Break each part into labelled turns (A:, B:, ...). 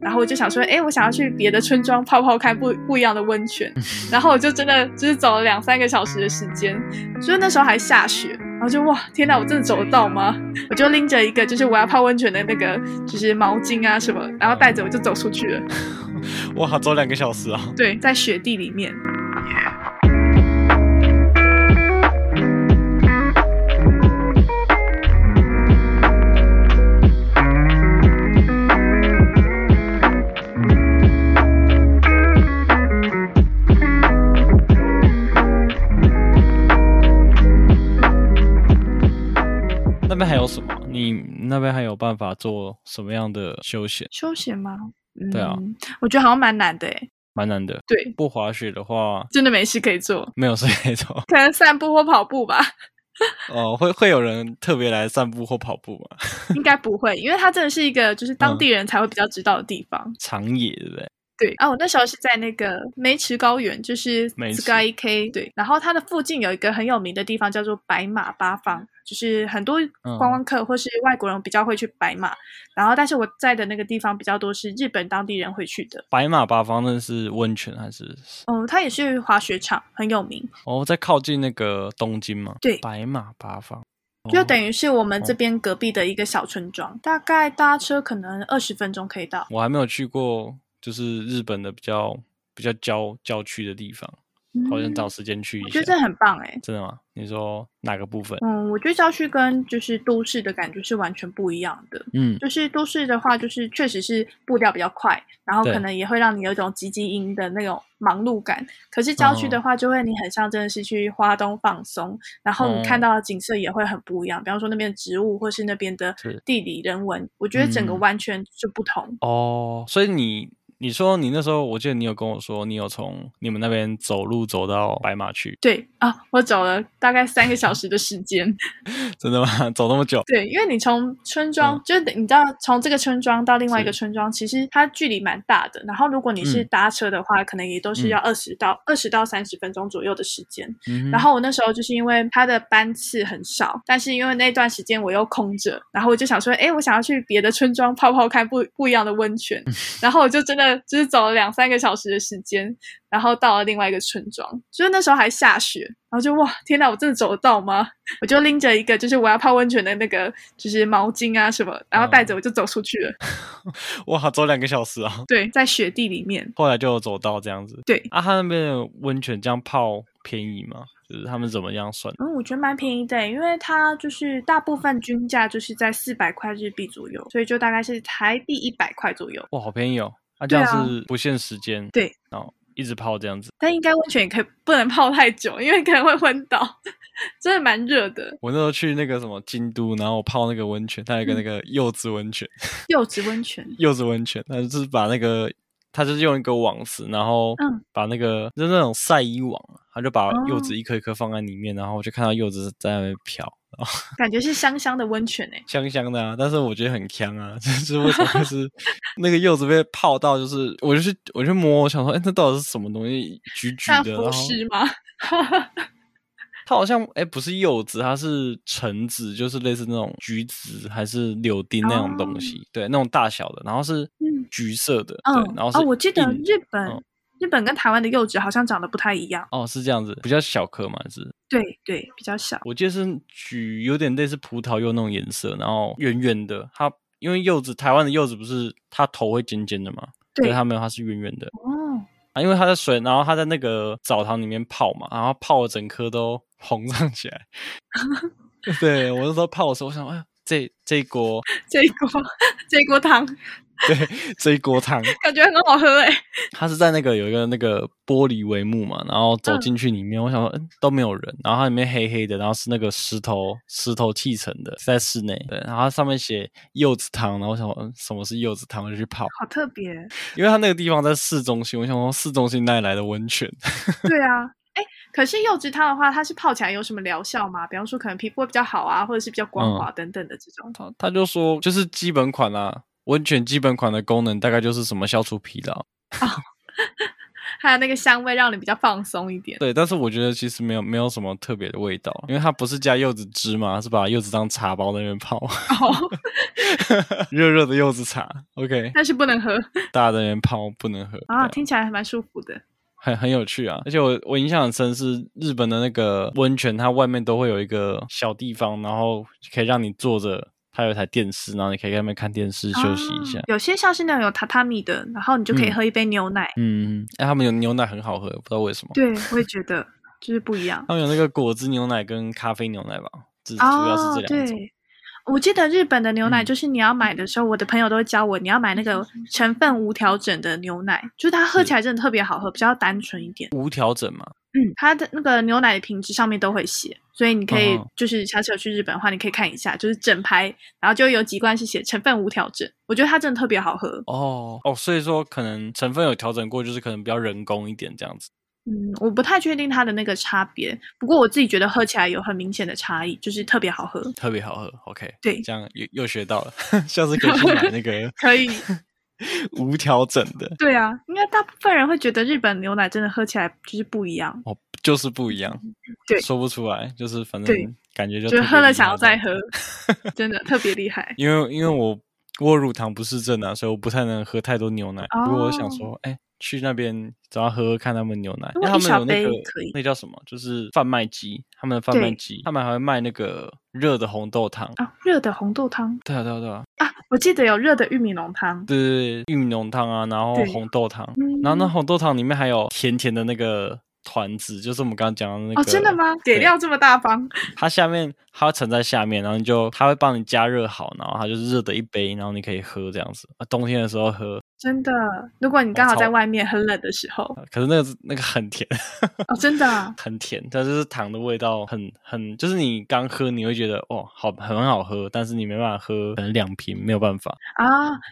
A: 然后我就想说，哎，我想要去别的村庄泡泡看不不一样的温泉。
B: 嗯
A: 然后我就真的就是走了两三个小时的时间，就是那时候还下雪，然后就哇，天哪，我真的走得到吗？ 我就拎着一个就是我要泡温泉的那个就是毛巾啊什么，然后带着我就走出去了。
B: 哇，走两个小时啊！
A: 对，在雪地里面。
B: 那边还有什么？你那边还有办法做什么样的休闲？
A: 休闲吗？嗯、
B: 对啊，
A: 我觉得好像蛮难的诶。
B: 蛮难的。
A: 对，
B: 不滑雪的话，
A: 真的没事可以做，
B: 没有事可以做。
A: 可能散步或跑步吧。
B: 哦，会会有人特别来散步或跑步吗？
A: 应该不会，因为它真的是一个就是
B: 嗯
A: 当地人才会比较知道的地方。
B: 长野，对不对？
A: 对啊，我那时候是在那个梅池高原，就是
B: 梅池
A: Sky K 对，然后它的附近有一个很有名的地方叫做白马八方，就是很多
B: 嗯
A: 观光客或是外国人比较会去白马，然后但是我在的那个地方比较多是日本当地人会去的。
B: 白马八方那是温泉还是？
A: 哦，它也是滑雪场，很有名，
B: 哦，在靠近那个东京吗？
A: 对
B: 白马八方，
A: 就
B: 哦
A: 等于是我们这边隔壁的一个小村庄，大概搭车可能二十分钟可以到。
B: 我还没有去过，就是日本的比较比较郊郊区的地方，好想
A: 嗯
B: 找时间去
A: 我
B: 一
A: 觉
B: 下
A: 得。这很棒哎。
B: 真的吗？你说哪个部分？
A: 嗯，我觉得郊区跟就是都市的感觉是完全不一样的。
B: 嗯，
A: 就是都市的话，就是确实是步调比较快，然后
B: 对
A: 可能也会让你有一种积极营的那种忙碌感。可是郊
B: 哦
A: 区的话，就会你很像真的是去花东放松，然后你看
B: 哦
A: 到的景色也会很不一样。比方说那边的植物，或是那边的
B: 是
A: 地理人文，我觉得整个
B: 嗯
A: 完全就不同。
B: 哦，所以你你说你那时候，我记得你有跟我说，你有从你们那边走路走到白马去，
A: 对啊，我走了大概三个小时的时间。
B: 真的吗？ 走那么久？
A: 对，因为你从村庄，
B: 嗯
A: 就是你知道从这个村庄到另外一个
B: 是
A: 村庄，其实它距离蛮大的。然后如果你是
B: 嗯
A: 搭车的话，可能也都是
B: 嗯
A: 要二十到二十、20到三十分钟左右的时间。
B: 嗯
A: 然后我那时候就是因为它的班次很少，但是因为那段时间我又空着，然后我就想说，哎，我想要去别的村庄泡泡看不不一样的温泉。 然后我就真的就是走了两三个小时的时间，然后到了另外一个村庄，就是那时候还下雪，然后就哇，天哪，我真的走得到吗？我就拎着一个就是我要泡温泉的那个就是毛巾啊什么，然后带着我就走出去了。
B: 哇，走两个小时啊！
A: 对，在雪地里面，
B: 后来就有走到这样子。
A: 对，
B: 啊，他那边的温泉这样泡便宜吗？就是他们怎么样算？
A: 嗯，我觉得蛮便宜的，因为它就是大部分均价就是在四百块日币左右，所以就大概是台币一百块左右。
B: 哇，好便宜哦！啊，这
A: 对啊
B: 样是不限时间，
A: 对，
B: 然后一直泡这样子。
A: 但应该温泉也可以不能泡太久，因为可能会昏倒， 真的蛮热的。
B: 我那时候去那个什么京都，然后我泡那个温泉，它
A: 嗯
B: 有一个那个柚子温泉，
A: 柚子温泉，
B: 柚子温泉，它就是把那个，它就是用一个网子，然后
A: 嗯
B: 把那个、就是那种晒衣网啊，它就把
A: 哦
B: 柚子一颗一颗放在里面，然后我就看到柚子在那边飘，
A: 感觉是香香的温泉欸诶、
B: 香香的啊，但是我觉得很呛啊， 就是为什么就是 那个柚子被泡到，就是我就去我就摸，我想说，哎、这到底是什么东西，橘橘
A: 像
B: 的，
A: 浮
B: 然后
A: 尸吗？
B: 它好像哎、不是柚子，它是橙子，就是类似那种橘子还是柳丁那种东西，对，那种大小的，然后是
A: 哦嗯
B: 橘色的，
A: 嗯
B: 对，，然后是
A: 哦，我记得
B: 硬
A: 日本、
B: 嗯
A: 日本跟台湾的柚子好像长得不太一样，
B: 哦是这样子，比较小颗嘛，是
A: 对对，比较小。
B: 我记得是橘，有点类似葡萄柚那种颜色，然后圆圆的，它因为柚子台湾的柚子不是它头会尖尖的嘛，
A: 对
B: 可是它没有，它是圆圆的
A: 哦，
B: 啊，因为它在水，然后它在那个澡堂里面泡嘛，然后泡了整颗都 红上起 来，对我那时候泡的时候，我想哎呀。这这一锅
A: 这一锅 这一锅汤
B: 这一锅汤，
A: 感觉很好喝欸诶、
B: 它是在那个有一个那个玻璃帷幕嘛，然后走
A: 嗯
B: 进去里面，我想说，嗯，都没有人，然后它里面黑黑的，然后是那个石头石头砌成的，是在室内，对，然后它上面写柚子汤，然后我想说，嗯，什么是柚子汤，我就去泡，
A: 好特别。
B: 因为它那个地方在市中心，我想说市中心哪里来的温泉？
A: 对啊，哎，可是柚子汤的话，它是泡起来有什么疗效吗？比方说，可能皮肤会比较好啊，或者是比较光
B: 嗯
A: 滑等等的这种。
B: 他他就说，就是基本啊款啦、温泉基本款的功能大概就是什么消除疲劳，
A: 它的那个香味让你比较放松一 点。
B: 对，但是我觉得其实没有没有什么特别的味道，因为它不是加柚子汁嘛，它是把柚子当茶包在那边泡，
A: 哦，
B: 热热的柚子茶。OK，
A: 但是不 能喝
B: 大家在那边泡不能喝
A: 啊，
B: 对
A: 听起来还蛮舒服的。
B: 很很有趣啊。而且我我印象很深是日本的那个温泉，它外面都会有一个小地方，然后可以让你坐着，它有一台电视，然后你可以在那边看电视休息一下
A: 啊。有些像是那种有榻榻米的，然后你就可以
B: 嗯
A: 喝一杯牛奶。
B: 嗯，哎、他们有牛奶很好喝，不知道为什么。
A: 对，我也觉得就是不一样。
B: 他们有那个果汁牛奶跟咖啡牛奶吧，这 主
A: 哦，
B: 要是这两种。
A: 对，我记得日本的牛奶，
B: 嗯
A: 就是你要买的时候，我的朋友都会教我，你要买那 个成分无调整的牛奶，就是它喝起来真的特别好喝，比较单纯一点。
B: 无调整嘛，
A: 嗯，它的那个牛奶的品质上面都会写，所以你可以
B: 嗯哼
A: 就是下次有去日本的话，你可以看一下，就是整排，然后就有几罐是写成分无调整，我觉得它真的特别好喝。
B: 哦哦，所以说可能成分有调整过，就是可能比较人工一点这样子。
A: 嗯，我不太确定它的那个差别，不过我自己觉得喝起来有很明显的差异，就是特别好喝。
B: 特别好喝，OK，
A: 对
B: 这样又又学到了， 下次可以去买那个
A: 可以，
B: 无调整的，
A: 对啊，应该大部分人会觉得日本牛奶真的喝起来就是不一样。
B: 哦，就是不一样，
A: 对
B: 说不出来，就是反
A: 对
B: 正感觉就
A: 就
B: 特别
A: 喝
B: 厉
A: 了
B: 害
A: 想要
B: 这样
A: 再喝，真的特别厉害。
B: 因为因为我我有乳糖不适症啊，所以我不太能喝太多牛奶。不过我想
A: 哦
B: 说，哎、去那边只要喝喝看他们牛奶，
A: 如
B: 因
A: 果
B: 为他
A: 一
B: 们
A: 小
B: 有那个
A: 杯可以
B: 那叫什么，就是贩卖机，他们的贩卖
A: 对
B: 机，他们还会卖那个热的红豆汤。
A: 啊，热的红豆汤
B: 对啊，对啊，对啊，
A: 啊，我记得有热的玉米浓汤。
B: 对对对，玉米浓汤啊，然后
A: 对
B: 红豆汤，
A: 嗯
B: 然后那红豆汤里面还有甜甜的那个团子，就是我们刚刚讲的那个。
A: 哦，真的？吗？点料这么大方，
B: 它下面它会盛在下面，然后你就它会帮你加热好，然后它就是热的一杯，然后你可以喝这样子。啊，冬天的时候喝，
A: 真的。如果你刚好
B: 哦超
A: 在外面很冷的时 候，
B: 可是那个那个很甜，
A: 哦，真的啊
B: 很甜，但就是糖的味道很很，就是你刚喝你会觉得哦好很好喝，但是你没办法喝，可能两瓶没有办法。
A: 啊，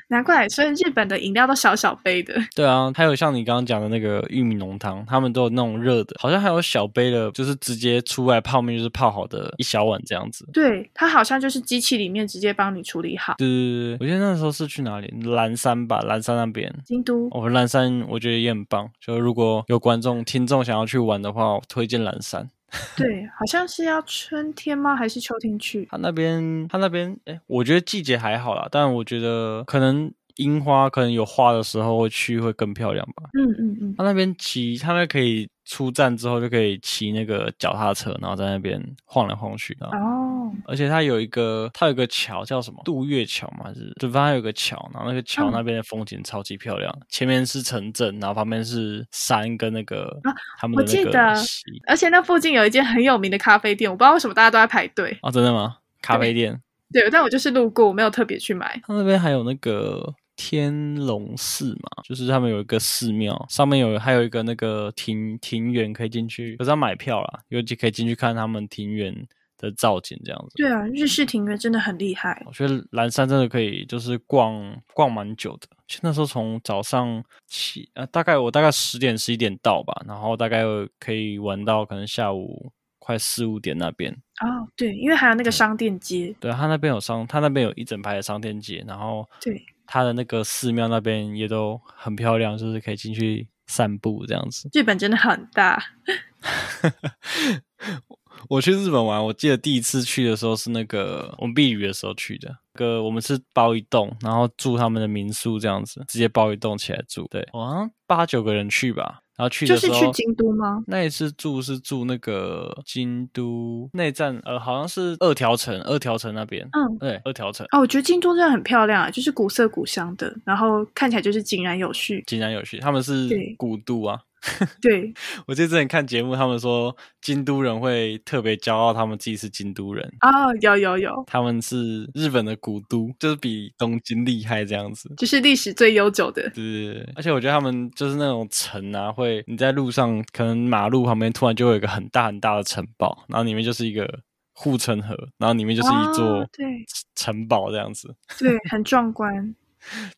A: 难怪。所以日本的饮料都小小杯的，
B: 对啊，还有像你刚刚讲的那个玉米浓汤，他们都有那种热的，好像还有小杯的，就是直接出来泡面就是泡好的一小碗这样子。
A: 对，它好像就是机器里面直接帮你处理好。
B: 对对对对，我记得那时候是去哪里？蓝山吧，蓝山那边。
A: 京都
B: 我、哦、蓝山我觉得也很棒，就如果有观众听众想要去玩的话，我推荐蓝山。
A: 对，好像是要春天吗？还是秋天去？
B: 他那边，他那边，哎，我觉得季节还好啦，但我觉得可能樱花可能有花的时候会去会更漂亮吧。
A: 嗯嗯嗯，
B: 他那边骑，他那边可以出站之后就可以骑那个脚踏车，然后在那边晃来晃去的。
A: 哦，
B: 而且它有一个，它有个桥叫什么？渡月桥嘛，还是对，反正它有个桥，然后那个
A: 嗯
B: 桥那边的风景超级漂亮，前面是城镇，然后旁边是山跟那个、
A: 啊
B: 他们
A: 我
B: 的
A: 记
B: 那个
A: 得
B: 溪。
A: 而且那附近有一间很有名的咖啡店，我不知道为什么大家都在排队。
B: 哦，真的吗？咖啡店，
A: 对，但我就是路过，我没有特别去买。
B: 他那边还有那个天龙寺嘛，就是他们有一个寺庙，上面有还有一个那个庭庭园可以进去，可是要买票啦，尤其可以进去看他们庭园的造景这样子。
A: 对啊，日式庭院真的很厉害。
B: 我觉得蓝山真的可以，就是逛逛蛮久的。其实那时候从早上七呃，大概我大概十点十一点到吧，然后大概可以玩到可能下午快四五点那边。
A: 哦，对，因为还有那个商店街，
B: 对，他那边有商，他那边有一整排的商店街，然后
A: 对
B: 他的那个寺庙那边也都很漂亮，就是可以进去散步这样子。
A: 日本真的很大。
B: 我去日本玩，我记得第一次去的时候是那个我们避雨的时候去的，那个我们是包一栋，然后住他们的民宿这样子，直接包一栋起来住。对，我好像八九个人去吧，然后去
A: 就
B: 的时
A: 是
B: 候
A: 去京都吗？
B: 那一次住是住那个京都内站，呃，好像是二条城，二条城那边。
A: 嗯，
B: 对，二条城。
A: 哦，我觉得京都真的很漂亮啊，就是古色古香的，然后看起来就是井然有序。
B: 井然有序，他们是
A: 对
B: 古都啊，
A: 对，
B: 我记得之前看节目，他们说京都人会特别骄傲，他们自己是京都人，
A: 哦，有有有，
B: 他们是日本的古都，就是比东京厉害这样子。
A: 就是历史最悠久的。
B: 对对对，对而且我觉得他们就是那种城啊，会你在路上，可能马路旁边突然就会有一个很大很大的城堡，然后里面就是一个护城河，然后里面就是一座
A: 哦对
B: 城堡这样子。
A: 对，很壮观。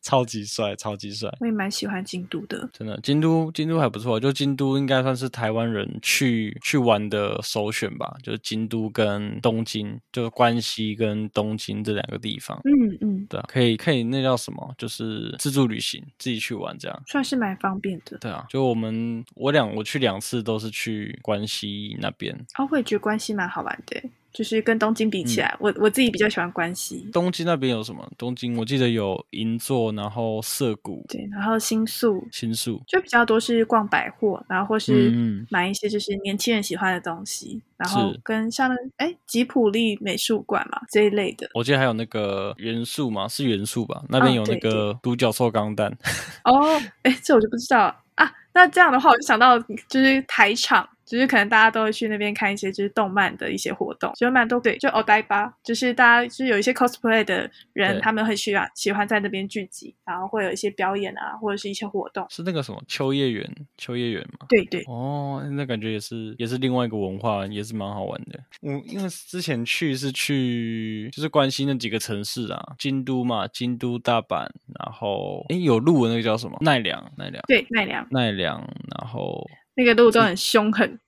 B: 超级帅，超级帅。
A: 我也蛮喜欢京都的。
B: 真的，京都京都还不错，就京都应该算是台湾人去去玩的首选吧，就是京都跟东京，就是关西跟东京这两个地方。
A: 嗯嗯，
B: 对啊，可以可以，那叫什么？就是自助旅行，自己去玩这样。
A: 算是蛮方便的。
B: 对啊，就我们我两我去两次都是去关西那边，
A: 哦，我也觉得关西蛮好玩的，就是跟东京比
B: 嗯
A: 起来，我我自己比较喜欢关西。
B: 东京那边有什么？东京我记得有银座，然后涩谷、
A: 对，然后新宿
B: 新宿，
A: 就比较多是逛百货，然后或
B: 嗯
A: 是
B: 嗯
A: 买一些就是年轻人喜欢的东西，然后
B: 是
A: 跟像那哎吉普力美术馆嘛这一类的。
B: 我记得还有那个元素嘛，是元素吧？那边
A: 哦
B: 有那
A: 对对
B: 个独角兽钢弹，
A: 哦，哎，这我就不知道啊。那这样的话，我就想到就是台场。就是可能大家都会去那边看一些就是动漫的一些活动，就蛮多对，就 o d a i b a 就是大家就是有一些 cosplay 的人
B: 对，
A: 他们会喜欢喜欢在那边聚集，然后会有一些表演啊，或者是一些活动。
B: 是那个什么秋叶原，秋叶原嘛。
A: 对对，
B: 哦，那感觉也是也是另外一个文化，也是蛮好玩的。我因为之前去是去就是关西那几个城市啊，京都嘛，京都、大阪，然后诶有路的那个叫什么奈良，奈良，
A: 对奈良
B: 奈良，然后
A: 那个路都很凶狠，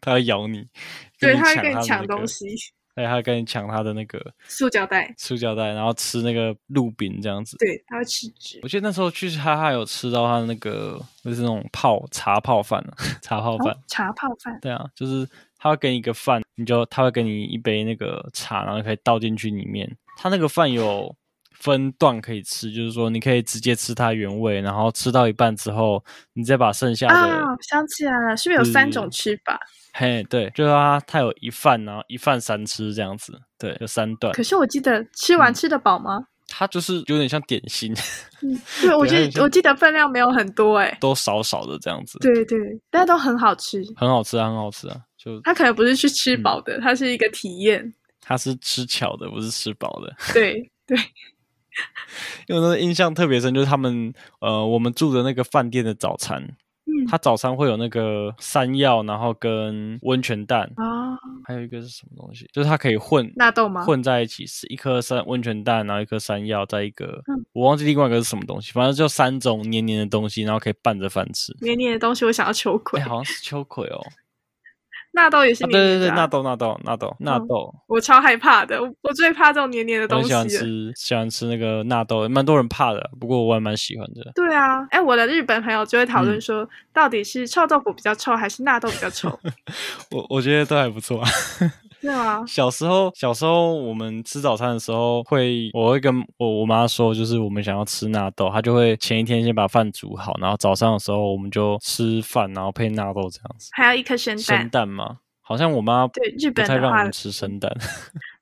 B: 它会咬你，
A: 对，
B: 他
A: 他会跟你抢东，西，
B: 对，它会跟你抢它的那个
A: 塑胶袋，
B: 塑胶袋，然后吃那个鹿饼这样子。
A: 对，他会吃纸。
B: 我记得那时候去哈哈有吃到他的那个就是那种泡茶泡饭啊， 茶泡饭。
A: 哦，茶泡饭，
B: 对啊，就是他会给你一个饭，你就他会给你一杯那个茶，然后可以倒进去里面。他那个饭有分段可以吃，就是说你可以直接吃它原味，然后吃到一半之后，你再把剩下的，
A: 啊，想起来了，是不是有三种吃法？
B: 嘿，对，就是它它有一饭，然后一饭三吃这样子，对，有三段
A: 可。是我记得吃
B: 嗯
A: 完吃得饱吗？
B: 它就是有点像点心，
A: 嗯，对，我
B: 对它很
A: 记
B: 像
A: 我记得分量没有很多哎、
B: 都少少的这样子，
A: 对对，但都很好吃。
B: 很好吃啊，很好吃啊。就
A: 他可能不是去吃
B: 嗯
A: 饱的，它是一个体验。
B: 它是吃巧的，不是吃饱的。
A: 对对，
B: 因为我那时候印象特别深，就是他们呃，我们住的那个饭店的早餐，
A: 嗯
B: 它早餐会有那个山药，然后跟温泉蛋，
A: 啊，
B: 还有一个是什么东西，就是它可以混
A: 纳豆吗？
B: 混在一起，是一颗山温泉蛋，然后一颗山药，再一个、
A: 嗯
B: 我忘记另外一个是什么东西，反正就三种黏黏的东西，然后可以拌着饭吃。
A: 黏黏的东西，我想要求
B: 哎、
A: 鬼。
B: 好像是 秋葵哦，
A: 纳豆也是
B: 啊，对
A: 黏
B: 对
A: 黏的
B: 对，
A: 啊、
B: 纳豆纳豆纳豆纳
A: 嗯
B: 豆，
A: 我超害怕的，我我最怕这种黏黏的东
B: 我很
A: 西
B: 喜欢
A: 了。
B: 吃喜欢吃那个纳豆，蛮多人怕的，不过我还蛮喜欢的。
A: 对啊，哎，我的日本朋友就会讨论
B: 嗯
A: 说，到底是臭豆腐比较臭，还是纳豆比较 臭？
B: 我我觉得都还不错啊。
A: 对啊，
B: 小时候，小时候我们吃早餐的时候会，我会跟我我妈说，就是我们想要吃纳豆，她就会前一天先把饭煮好，然后早上的时候我们就吃饭，然后配纳豆这样子。
A: 还有一颗生
B: 生
A: 蛋。
B: 蛋吗？好像我妈不
A: 对日本
B: 太
A: 的
B: 让我
A: 话
B: 们，吃生蛋。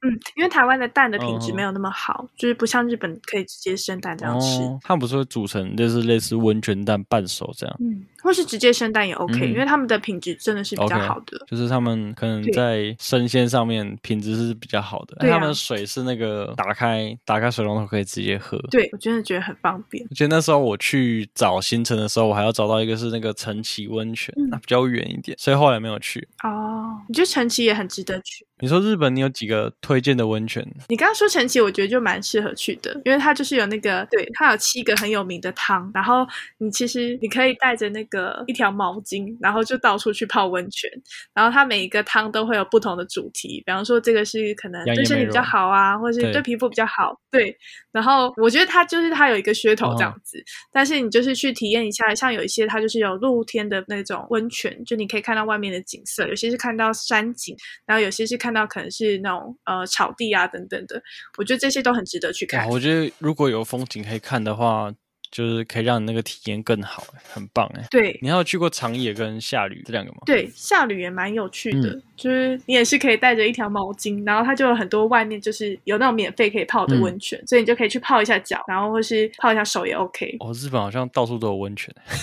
A: 嗯，因为台湾的蛋的品质
B: 嗯嗯
A: 没有那么好，就是不像日本可以直接生蛋这样吃。
B: 哦，他们不是会煮成就是类似温泉蛋半熟这样，
A: 嗯，或是直接生蛋也 OK，、
B: 嗯
A: 因为他们的品质真的是比较
B: OK
A: 好的。
B: 就是他们可能
A: 对
B: 在生鲜上面品质是比较好的，
A: 对啊
B: 他们的水是那个打开打开水龙头可以直接喝。
A: 对，我真的觉得很方便。
B: 而且那时候我去找行程的时候，我还要找到一个是那个陈崎温泉，
A: 嗯
B: 那比较远一点，所以后来没有去。
A: 哦，你觉得陈奇也很值得去。
B: 你说日本你有几个推荐的温泉？
A: 你刚刚说陈奇，我觉得就蛮适合去的，因为它就是有那个，对，它有七个很有名的汤，然后你其实你可以带着那个一条毛巾，然后就到处去泡温泉，然后它每一个汤都会有不同的主题，比方说这个是可能
B: 养
A: 对
B: 颜
A: 身
B: 美
A: 体比较
B: 容
A: 好啊，或是
B: 对
A: 对皮肤比较好，对。然后我觉得它就是它有一个噱头这样
B: 哦
A: 子，但是你就是去体验一下，像有一些它就是有露天的那种温泉，就你可以看到外面的景色，有些是看到山景，然后有些是看到可能是那种呃草地啊等等的，我觉得这些都很值得去
B: 哇
A: 看。
B: 我觉得如果有风景可以看的话，就是可以让你那个体验更好，很棒哎。
A: 对
B: 你还有去过长野跟下吕这两个吗？
A: 对，下雨也蛮有趣的，
B: 嗯
A: 就是你也是可以带着一条毛巾，然后它就有很多外面就是有那种免费可以泡的
B: 嗯
A: 温泉，所以你就可以去泡一下脚，然后或是泡一下手也 OK。
B: 哦，日本好像到处都有温泉，欸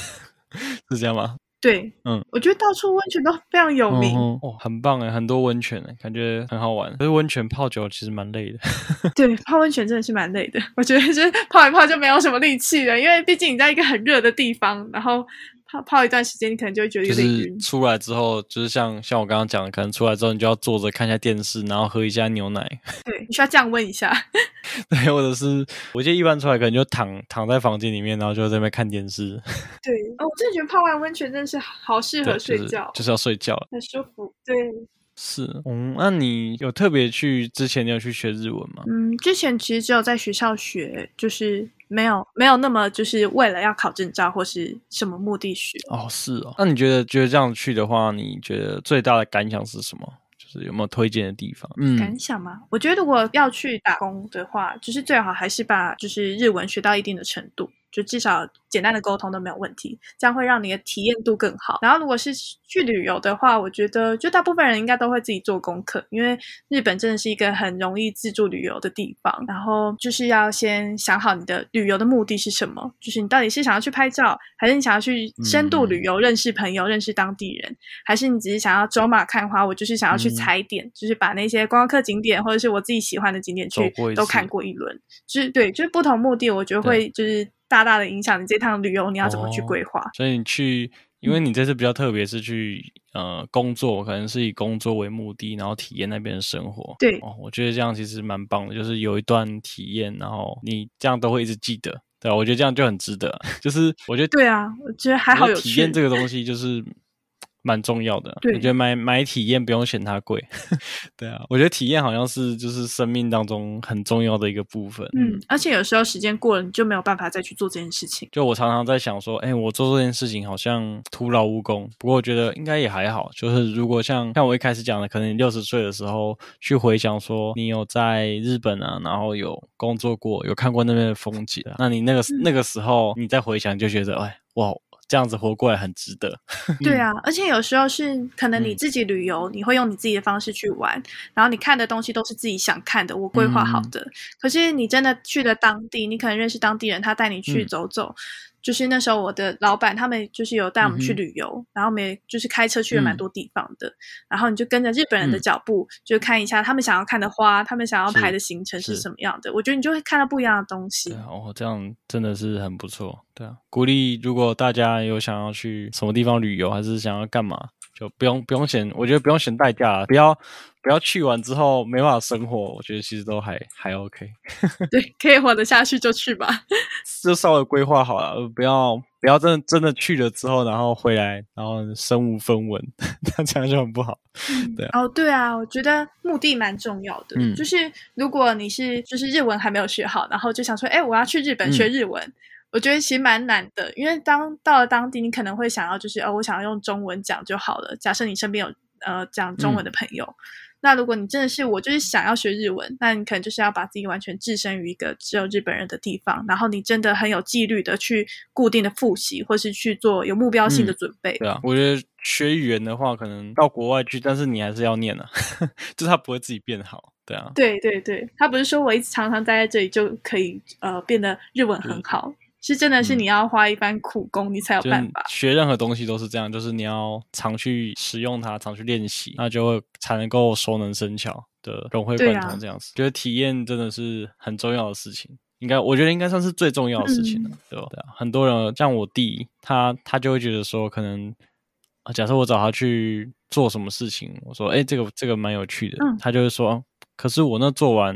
B: 是这样吗？
A: 对，
B: 嗯，
A: 我觉得到处温泉都非常有名。
B: 嗯哼哦，很棒哎，很多温泉哎，感觉很好玩。可是温泉泡久了其实蛮累的。
A: 对，泡温泉真的是蛮累的，我觉得是泡一泡就没有什么力气了，因为毕竟你在一个很热的地方，然后泡泡一段时间，你可能就会觉得
B: 就
A: 有点
B: 是
A: 晕。
B: 出来之后，就是像像我刚刚讲的，可能出来之后你就要坐着看一下电视，然后喝一下牛奶，
A: 对，你需要降温一下。
B: 对，或者是我记得一般出来可能就躺躺在房间里面，然后就在那边看电视，
A: 对，哦，我真的觉得泡完温泉真的是好适合
B: 对，就
A: 睡
B: 是
A: 觉，
B: 就是要睡觉。
A: 很舒服。对，
B: 是，嗯，那你有特别去之前你有去学日文吗？
A: 嗯，之前其实只有在学校学，就是没有没有那么就是为了要考证照或是什么目的学。
B: 哦，是哦。那你觉得觉得这样去的话，你觉得最大的感想是什么？就是有没有推荐的地方？嗯
A: 感，想嘛，我觉得如果要去打工的话，就是最好还是把就是日文学到一定的程度，就至少简单的沟通都没有问题，这样会让你的体验度更好。然后如果是去旅游的话，我觉得就大部分人应该都会自己做功课，因为日本真的是一个很容易自助旅游的地方。然后就是要先想好你的旅游的目的是什么，就是你到底是想要去拍照，还是你想要去深度旅游、认识朋友、认识当地人，还是你只是想要走马看花？我就是想要去
B: 嗯
A: 踩点，就是把那些观光客景点或者是我自己喜欢的景点
B: 走
A: 去
B: 过一
A: 都
B: 次
A: 看过一轮。就是对，就是不同目的，我觉得
B: 对
A: 会就是大大的影响你这趟旅游你要怎么去
B: 哦
A: 规划。
B: 所以你去，因
A: 嗯
B: 为你这次比较特别，是去呃工作，可能是以工作为目的，然后体验那边的生活。
A: 对
B: 哦，我觉得这样其实蛮棒的，就是有一段体验，然后你这样都会一直记得。对啊，我觉得这样就很值得。 就是我觉得
A: 对啊，我觉得还
B: 我觉
A: 好
B: 得
A: 有
B: 体
A: 趣。嗯
B: 验这个东西就是蛮重要的。
A: 对
B: 我觉得买买体验不用嫌它贵。 对啊，我觉得体验好像是就是生命当中很重要的一个部分。
A: 嗯，而且有时候时间过了，你就没有办法再去做这件事情。
B: 就我常常在想说，哎、我做这件事情好像徒劳无功。不过我觉得应该也还好，就是如果像像我一开始讲的，可能你六十岁的时候去回想说，你有在日本啊，然后有工作过，有看过那边的风景啊，那你那个
A: 嗯
B: 那个时候你再回想，就觉得，哎，哇，这样子活过来很值得。
A: 对啊，而且有时候是可能你
B: 嗯
A: 自己旅游，你会用你自己的方式去玩，然后你看的东西都是自己想看的，我规划好
B: 嗯
A: 的。可是你真的去了当地，你可能认识当地人，他带你去
B: 嗯
A: 走走。就是那时候我的老板他们就是有带我们去
B: 嗯哼
A: 旅游，然后我们也就是开车去了蛮
B: 嗯
A: 多地方的。然后你就跟着日本人的
B: 嗯
A: 脚步，就看一下他们想要看的花，他们想要
B: 是
A: 排的行程是
B: 是
A: 什么样的。我觉得你就会看到不一样的东西。
B: 对啊，哦，这样真的是很不错。对啊，鼓励如果大家有想要去什么地方旅游，还是想要干嘛，就不用不用嫌，我觉得不用嫌代价啦，不要不要去完之后没办法生活，我觉得其实都还还 OK，
A: 对，可以活得下去就去吧。
B: 就稍微规划好了，呃不要不要真的真的去了之后，然后回来然后身无分文， 那这样就很不好。对
A: 哦，对啊，我觉得目的蛮重要的。
B: 嗯
A: 就是如果你是就是日文还没有学好，然后就想说，哎，我要去日
B: 嗯
A: 本学日文，我觉得其实蛮难的，因为当到了当地，你可能会想要就是哦，我想要用中文讲就好了。假设你身边有呃讲中
B: 嗯
A: 文的朋友。那如果你真的是我，就是想要学日文，那你可能就是要把自己完全置身于一个只有日本人的地方，然后你真的很有纪律的去固定的复习，或是去做有目标性的
B: 嗯
A: 准备。
B: 对啊，我觉得学语言的话，可能到国外去，但是你还是要念啊， 就是它不会自己变好。对啊，
A: 对对对，他不是说我一直常常待在这里就可以呃变得日文很好，是真的是
B: 嗯
A: 你要花一番苦功，你才有
B: 就
A: 办
B: 是
A: 法。
B: 学任何东西都是这样，就是你要常去使用它，常去练习，那就会才能够熟能生巧的融会
A: 对
B: 贯
A: 啊
B: 通这样子。觉得体验真的是很重要的事情。应该，我觉得应该算是最重要的事情了，对吧？对啊，很多人像我弟，他他就会觉得说，可能啊假设我找他去做什么事情，我说，哎、这个这个蛮有趣的，
A: 嗯
B: 他就会说，啊可是我那做完，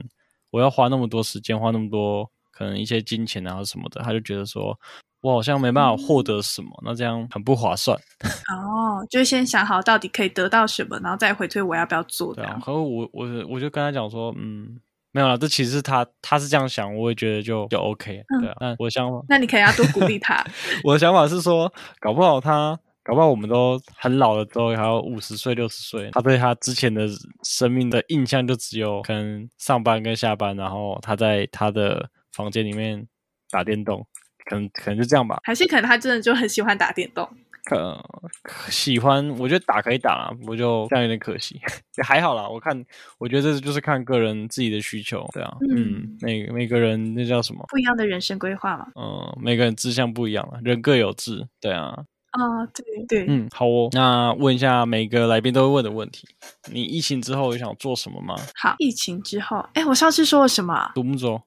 B: 我要花那么多时间，花那么多可能一些金钱啊什么的，他就觉得说，我好像没办法获得什么，那这样很不划算，
A: 哦，就是先想好到底可以得到什么，然后再回推我要不要做这
B: 对啊。
A: 样。
B: 可是我我我就跟他讲说，嗯，没有啦，这其实是他他是这样想，我也觉得就就 OK，
A: 嗯
B: 对啊。但我想法
A: 那你可能要多鼓励他。
B: 我的想法是说，搞不好他，搞不好我们都很老了之后，还有五十岁、六十岁，他对他之前的生命的印象就只有可能上班跟下班，然后他在他的房间里面打电动，可能可能就这样吧。
A: 还是可能他真的就很喜欢打电动，
B: 可喜欢，我觉得打可以打啦，我就这样有点可惜， 也还好啦。我看，我觉得这就是看个人自己的需求，对啊，
A: 嗯
B: 嗯，每每个人那叫什么？
A: 不一样的人生规划嘛。
B: 嗯，每个人志向不一样啦，啊人各有志，对啊，
A: 啊、对对，
B: 嗯，好哦。那问一下每个来宾都会问的问题：你疫情之后有想做什么吗？
A: 好。疫情之后，哎，我上次说了什么啊？
B: 独木舟，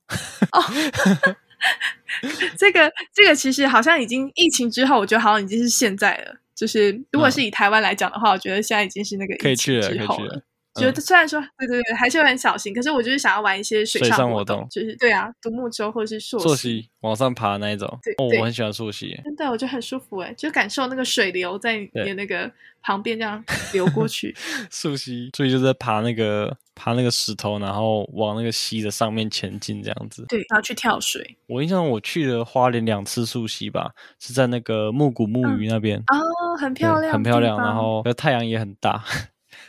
A: 这个这个其实好像已经疫情之后，我觉得好像已经是现在了。就是如果是以台湾来讲的话，我觉得现在已经是那个
B: 嗯可以
A: 疫
B: 去
A: 情
B: 了，可
A: 之
B: 以
A: 后
B: 去了。嗯
A: 觉得虽然说对对对，还是会很小心，可是我就是想要玩一些水
B: 水
A: 上
B: 上
A: 活
B: 活
A: 动，
B: 动
A: 就是对啊，独木舟或者是溯
B: 溯溪往上爬那一种，
A: 对
B: 哦，
A: 对
B: 我很喜欢溯溪耶，
A: 真的我觉得很舒服哎，就感受那个水流在你
B: 对
A: 的那个旁边这样流过 去，
B: 溯溪，所以就是在爬那个爬那个石头，然后往那个溪的上面前进这样子。
A: 对，然后去跳水
B: 我印象中我去了花莲两次溯溪吧，是在那个木谷木鱼那边，
A: 哦，很漂
B: 对
A: 亮，
B: 很漂亮，然后那太阳也很大，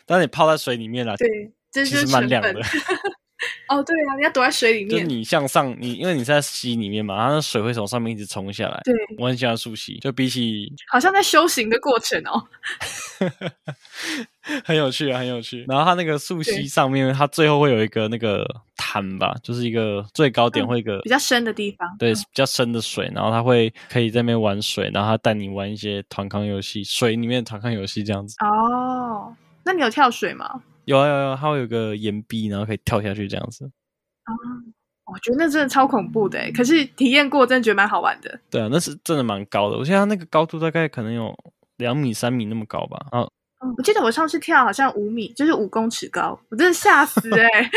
B: 但是你泡在水里面啦，
A: 对，这
B: 其
A: 就是
B: 实蛮
A: 成
B: 凉
A: 本
B: 的。
A: 哦，对啊，你要躲在水里
B: 就是
A: 面，
B: 你向上，你因为你是在溪里面嘛，它那水会从上面一直冲下来。
A: 对，
B: 我很喜欢溯溪，就比起
A: 好像在修行的过程哦，
B: 很有趣啊，很有趣。然后它那个溯
A: 对
B: 溪上面，它最后会有一个那个潭吧，就是一个最高点
A: 嗯
B: 会有一个、
A: 比较深的地方，
B: 对比较深的水，然后它会可以在那边玩水，然后它带你玩一些团康游戏，水里面的团康游戏这样子。
A: 哦，那你有跳水吗？
B: 有啊有啊有啊，它会有个岩壁，然后可以跳下去这样子。
A: 我觉得那真的超恐怖的欸，可是体验过，真的觉得蛮好玩的。
B: 对啊，那是真的蛮高的，我记得它那个高度大概可能有两米三米那么高吧。啊，
A: 我记得我上次跳好像五米，就是五公尺高，我真的吓死哎、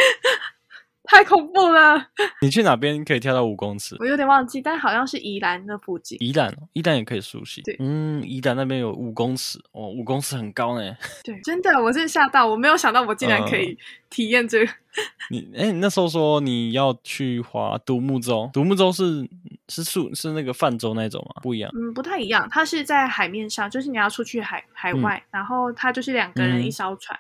A: 太恐怖了，
B: 你去哪边可以跳到五公尺？
A: 我有点忘记，但好像是宜兰那附近。
B: 宜兰哦，宜兰也可以溯溪
A: 对。
B: 嗯，宜兰那边有五公尺，哦，五公尺很高呢。
A: 对，真的，我真的吓到，我没有想到我竟然
B: 嗯
A: 可以体验这个。
B: 你哎、你那时候说你要去划独木舟，独木舟是是溯是那个泛舟那种吗？不一样。
A: 嗯，不太一样，它是在海面上，就是你要出去海海
B: 嗯
A: 外，然后它就是两个人
B: 嗯
A: 一艘船，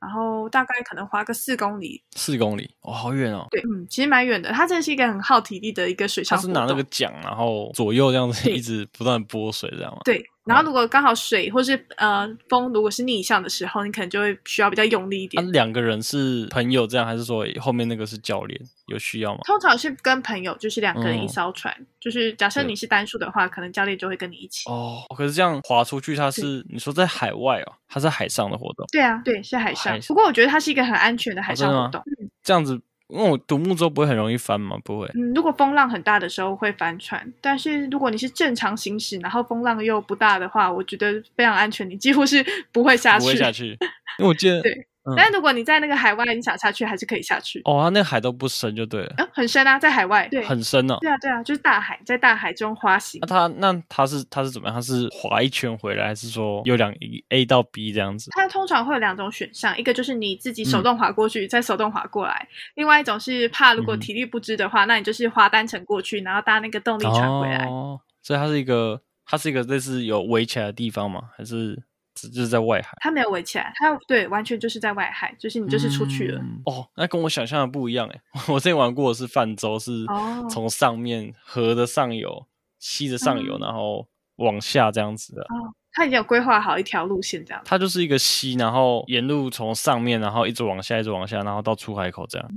A: 然后大概可能划个四公里。
B: 四公里哦，好远哦！
A: 对，嗯，其实蛮远的。它真的是一个很耗体力的一个水
B: 他
A: 上活
B: 是
A: 动。
B: 拿那个桨，然后左右这样子
A: 对
B: 一直不断地拨水，这样吗？
A: 对，然
B: 嗯
A: 后如果刚好水或是呃风如果是逆向的时候，你可能就会需要比较用力一
B: 啊，
A: 点。
B: 两个人是朋友这样，还是说后面那个是教练？有需要吗？
A: 通常是跟朋友，就是两个人一
B: 嗯
A: 艘船。就是假设
B: 对
A: 你是单数的话，可能教练就会跟你一起。
B: 哦，可是这样划出去，它是你说在海外哦，它是海上的活动，
A: 对啊，对，是海上。
B: 哦海
A: 不过我觉得它是一个很安全的海
B: 哦真
A: 上
B: 的
A: 活
B: 吗
A: 动。
B: 这样子，因为我独木舟不会很容易翻嘛，不会。
A: 嗯，如果风浪很大的时候会翻船，但是如果你是正常行驶，然后风浪又不大的话，我觉得非常安全，你几乎是不会下
B: 不
A: 去。
B: 会下去， 因为我记得
A: 对
B: 嗯
A: 但如果你在那个海外，你想下去还是可以下去。
B: 哦，它那个海都不深就对了，
A: 啊，很深啊，在海外。对，
B: 很深哦。
A: 对啊，对啊，就是大海，在大海中滑行
B: 那。它那它是它是怎么样？它是划一圈回来，还是说有两 A 到 B 这样子？
A: 它通常会有两种选项，一个就是你自己手
B: 嗯
A: 动滑过去，再手动滑过来；另外一种是怕如果
B: 嗯哼
A: 体力不支的话，那你就是滑单程过去，然后搭那个动力船回来。
B: 哦，所以它是一个它是一个类似有围起来的地方吗？还是只就是在外海？
A: 它没有围起来，它对，完全就是在外海，就是你就是出去了。
B: 嗯哦，那跟我想象的不一样哎。 我之前玩过的是泛舟，是
A: 哦
B: 从上面河的上游、溪的上游，
A: 嗯
B: 然后往下这样子的。
A: 他已经有规划好一条路线这样。
B: 它就是一个溪，然后沿路从上面，然后一直往下，一直往下，然后到出海口这样。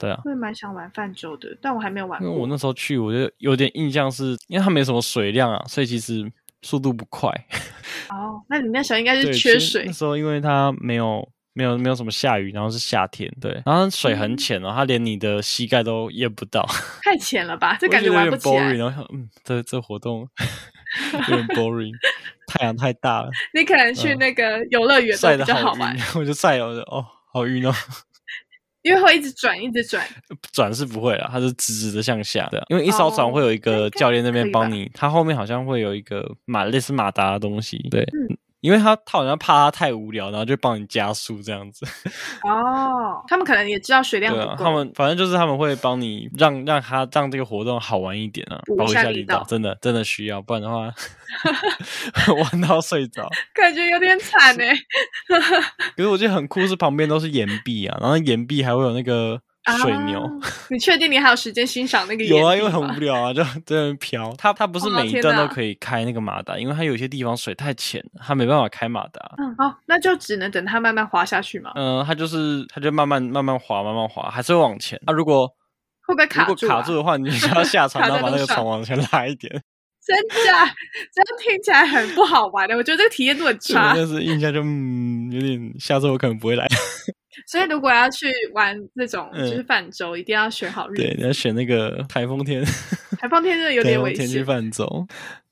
B: 对啊，
A: 我也蛮想玩泛舟的，但我还没有玩
B: 因为
A: 过。
B: 我那时候去，我就有点印象是，因为它没什么水量啊，所以其实速度不 快。
A: 哦，那你那时候应该是
B: 对，
A: 缺
B: 其实
A: 水
B: 那，时候因为它没有没有没有什么下雨，然后是夏天，对，然后水很
A: 嗯
B: 浅哦，它连你的膝盖都淹不 到，
A: 太浅了吧？这
B: 我
A: 感
B: 就
A: 觉
B: 有
A: 玩
B: 点
A: 不起来
B: boring。。然后想，嗯，这这活动 有点 boring，太阳太大了，
A: 你可能去
B: 嗯
A: 那个游乐园都
B: 晒
A: 比
B: 的
A: 较好
B: 晕
A: 玩，，
B: 我就晒了，我就哦，好晕哦。
A: 因为会一直转，一直转。
B: 转是不会啦，它是直直的向下的，因为一艘船
A: 哦
B: 会有一
A: 那
B: 个
A: 应该
B: 教练那
A: 可
B: 边
A: 以吧
B: 帮你，他后面好像会有一个马类似马达的东西，对，
A: 嗯
B: 因为他他好像怕他太无聊，然后就帮你加速这样子，
A: 哦，他们可能也知道水量
B: 对
A: 不
B: 啊，
A: 够。
B: 他们反正就是他们会帮你让让他让这个活动好玩一点啊，
A: 补
B: 保
A: 一
B: 护一
A: 下
B: 下
A: 力
B: 力道，
A: 道
B: 真的真的需要，不然的话 玩到睡着。
A: 感觉有点惨哎、
B: 可是我觉得很酷，是旁边都是岩壁啊，然后岩壁还会有那个水牛。
A: 啊你确定你还有时间欣赏那个岩
B: 有啊，
A: 壁
B: 因为很
A: 吗
B: 无聊啊，就 在那边飘。它它不是
A: 哦
B: 每一
A: 天
B: 段
A: 哪
B: 都可以开那个马达，因为它有些地方水太浅，它没办法开马达。
A: 嗯，哦，那就只能等它慢慢滑下去嘛，
B: 嗯、它就是它就慢慢慢慢滑，慢慢滑，还是会往前。啊，如果
A: 会不会
B: 如
A: 卡
B: 果
A: 住、
B: 卡
A: 啊？
B: 住的话，你就要下 船，
A: 卡
B: 然后
A: 在
B: 把
A: 路
B: 那个船
A: 上
B: 往前拉一 点。
A: 真假？ 这样听起来很不好玩欸的，我觉得这个体验度很
B: 所以我
A: 差。
B: 那是印象就嗯，有点下次我可能不会来。
A: 所以如果要去玩这种
B: 嗯
A: 就是泛舟，一定要选好日
B: 对，
A: 子。
B: 你要选那个台风天。
A: 海放天热有
B: 对
A: 点
B: 用
A: 危
B: 天气
A: 险。
B: 泛舟。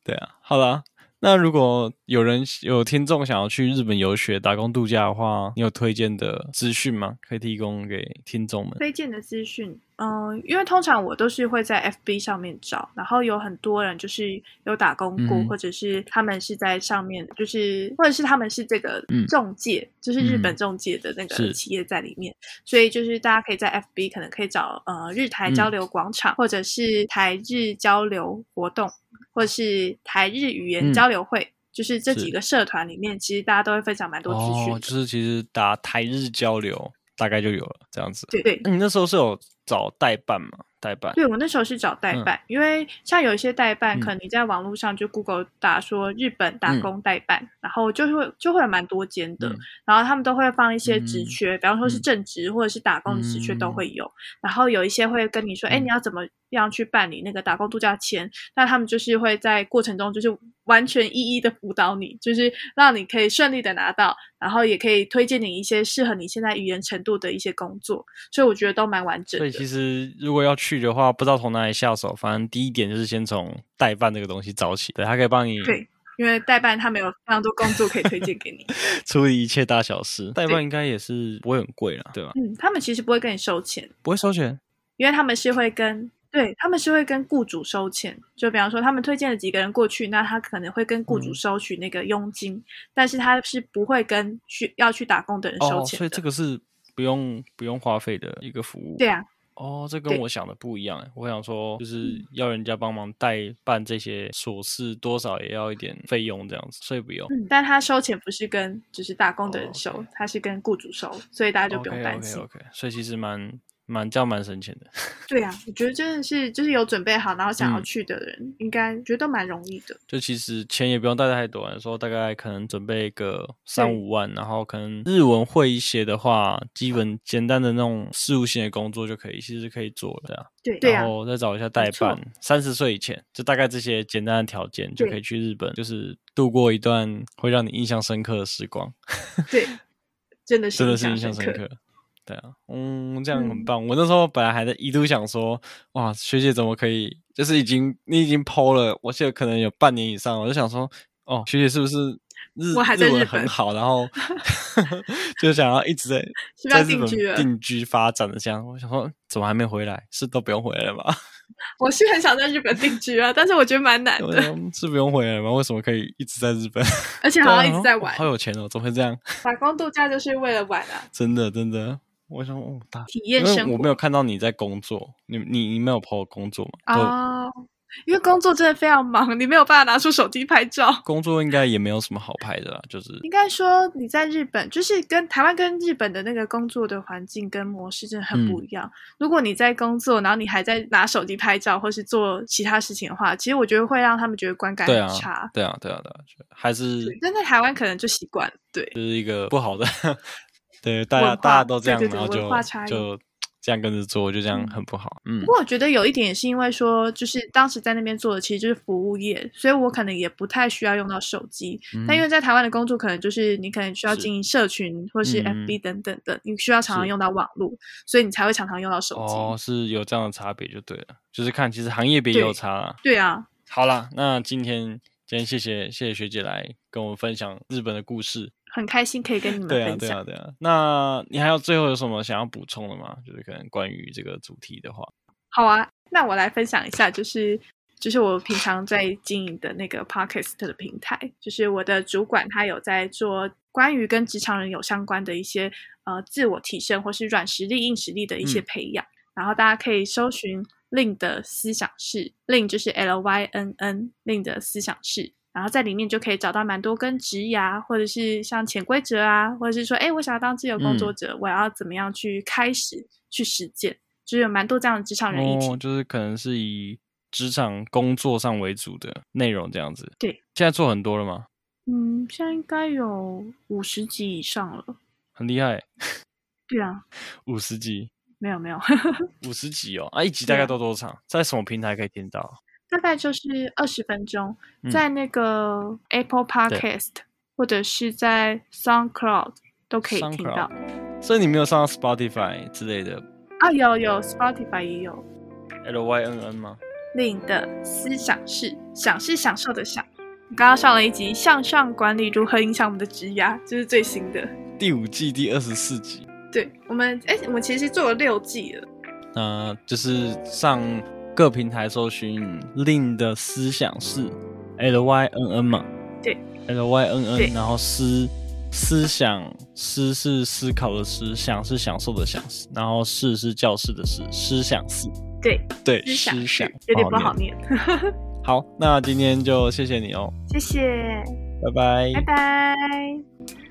B: 对啊，好啦，那如果有人有听众想要去日本游学、打工度假的话，你有推荐的资讯吗？可以提供给听众们。
A: 推荐的资讯，嗯，因为通常我都是会在 FB 上面找，然后有很多人就是有打工过，
B: 嗯
A: 或者是他们是在上面，就是或者是他们是这个
B: 嗯
A: 中介，就是日本
B: 嗯
A: 中介的那
B: 是
A: 个企业在里面，所以就是大家可以在 FB 可能可以找呃日台
B: 嗯
A: 交流广场，或者是台日交流活动，或者是台日语
B: 嗯
A: 言交流会。就是这
B: 是
A: 几个社团里面，其实大家都会分享蛮多资讯的。
B: 哦，就是其实打台日交流大概就有了这样子。
A: 对对，
B: 那你那时候是有找代办吗？代办？
A: 对我那时候是找代
B: 嗯
A: 办，因为像有一些代办，
B: 嗯
A: 可能你在网络上就 Google 打说日本打
B: 嗯
A: 工代办，然后就会就会有蛮多间的，
B: 嗯
A: 然后他们都会放一些职
B: 嗯
A: 缺，比方说是
B: 嗯
A: 正职或者是打工的职缺都
B: 嗯
A: 会有，然后有一些会跟你说，哎、
B: 嗯
A: 你要怎么样去办理那个打工度假签？那他们就是会在过程中就是完全一一的辅导你，就是让你可以顺利的拿到，然后也可以推荐你一些适合你现在语言程度的一些工作，所以我觉得都蛮完整
B: 所
A: 的
B: 以。其实如果要去的话，不知道从哪里下手，反正第一点就是先从代办这个东西找起，对，它可以帮你
A: 对，因为代办他们有非常多工作可以推荐给你。
B: 处理一切大小事。代办应该也是不会很贵啦，对吧？
A: 嗯，他们其实不会跟你收钱，
B: 不会收钱，
A: 因为他们是会跟对他们是会跟雇主收钱。就比方说，他们推荐了几个人过去，那他可能会跟雇主
B: 嗯
A: 收取那个佣金，但是他是不会跟去要去打工的人收
B: 哦，
A: 钱
B: 所以
A: 的。
B: 这个是不用不用花费的一个服务。
A: 对啊，
B: 哦，这跟
A: 对
B: 我想的不一样欸。我想说，就是
A: 嗯
B: 要人家帮忙代办这些琐事，多少也要一点费用这样子，所以不用。
A: 嗯，但他收钱不是跟就是打工的
B: 哦
A: 人收，
B: ，OK
A: 他是跟雇主收，所以大家就不用担心。
B: o k o k o k 所以其实蛮蛮这样蛮省钱的。
A: 对啊，我觉得真的是就是有准备好，然后想要
B: 嗯
A: 去的人，应该觉得蛮容易的。
B: 就其实钱也不用带太多啊，说大概可能准备个三
A: 对
B: 五万，然后可能日文会一些的话，基本简单的那种事务性的工作就可以，其实可以做了这样。
A: 对对啊
B: 然，后再找一下代
A: 错
B: 办，三十岁以前，就大概这些简单的条件就
A: 对
B: 可以去日本，就是度过一段会让你印象深刻的时光，
A: 对，真的是
B: 真的是印象
A: 深
B: 深
A: 刻。
B: 刻。对啊，嗯，这样很
A: 嗯
B: 棒。我那时候本来还在一度想说，哇，学姐怎么可以，就是已经你已经剖了，我记得可能有半年以上了，我就想说，哦，学姐是不是日
A: 我还在
B: 日文
A: 日
B: 很
A: 本
B: 好，然后就想要一直在
A: 是不是
B: 在
A: 要
B: 日
A: 定
B: 本
A: 居了？
B: 定居发展的这样。我想说，怎么还没回来？是都不用回来了吗？
A: 我是很想在日本定居啊，但是我觉得蛮难
B: 我
A: 的，
B: 想是不用回来吗？为什么可以一直在日 本？
A: 而且
B: 对
A: 好
B: 啊
A: 像一直在
B: 然后
A: 玩
B: 哦。好有钱哦，怎么会这样？
A: 打工度假就是为了玩啊，
B: 真的真的，我想哦，大
A: 体
B: 因
A: 验
B: 为
A: 生
B: 我
A: 活
B: 没有看到你在工作，你你你没有 PO 工作嘛？对，
A: 啊、哦因为工作真的非常忙，你没有办法拿出手机拍照。
B: 工作应该也没有什么好拍的啦，就是
A: 应该说你在日本，就是跟台湾跟日本的那个工作的环境跟模式真的很
B: 嗯
A: 不一样。如果你在工作，然后你还在拿手机拍照或是做其他事情的话，其实我觉得会让他们觉得观感
B: 对啊
A: 很差。
B: 对啊对啊对啊，就还是
A: 对但在台湾可能就习惯了，对，
B: 就是一个不好的， 对，大
A: 文
B: 家大家
A: 化
B: 都这
A: 对
B: 样，
A: 对对
B: 然后
A: 文化差
B: 就
A: 异
B: 就这样跟着做，就这样很不好。嗯
A: 不，过我觉得有一点也是因为说，就是当时在那边做的其实就是服务业，所以我可能也不太需要用到手机。
B: 嗯
A: 但因为在台湾的工作，可能就是你可能需要
B: 是
A: 经营社群或是
B: 嗯
A: FB 等等的，你需要常常
B: 是
A: 用到网络，所以你才会常常用到手机。
B: 哦，是有这样的差别就对了，就是看其实行业别也有
A: 对
B: 差啦。
A: 对啊，
B: 好啦，那今天今天谢谢谢谢学姐来跟我们分享日本的故事。
A: 很开心可以跟你们
B: 对啊，
A: 分
B: 对
A: 享。
B: 啊，对啊。那你还有最后有什么想要补充的吗？就是可能关于这个主题的话，
A: 好啊，那我来分享一下，就是就是我平常在经营的那个 Podcast 的平台，就是我的主管他有在做关于跟职场人有相关的一些呃自我提升或是软实力、硬实力的一些
B: 嗯
A: 培养，然后大家可以搜寻 Lin 的思想室，Lin 就是 L Y N N，Lin 的思想室。然后在里面就可以找到蛮多跟职涯，或者是像潜规则啊，或者是说，哎，我想要当自由工作者，我要怎么样去开始去实践，就是有蛮多这样的职场人一起
B: 哦，就是可能是以职场工作上为主的内容这样子。
A: 对，
B: 现在做很多了吗？
A: 嗯，现在应该有五十集以上了。
B: 很厉害，
A: 对啊，
B: 五十集，
A: 没有没 有，
B: 五十集哦，啊，一集大
A: 对
B: 概
A: 啊
B: 都多长？在什么平台可以听到？
A: 大概就是二十分钟，
B: 嗯
A: 在那个 Apple
B: 对
A: Podcast 或者是在 SoundCloud 都可以听
B: SoundCloud
A: 到。
B: 所以你没有上到 Spotify 之类的
A: 啊，有有 Spotify 也有，
B: L Y N N 吗？
A: 令的思想室，享是享受的享。我刚刚上了一集《向上管理如何影响我们的职涯》，这是最新的。
B: 第五季第二十四集，
A: 对我们，哎，我们其实做了六季了。
B: 那就是上各平台搜寻令的思想是 L Y N N 嘛？
A: 对
B: ，L Y N
A: 对
B: N，然后思思想思是思考的思，想是享受的享，然后室是教室的室，思想室
A: 对，
B: 对
A: 思想
B: 思想
A: 室有点不好
B: 念。
A: 念。
B: 好，那今天就谢谢你哦，
A: 谢谢，
B: 拜拜
A: 拜拜。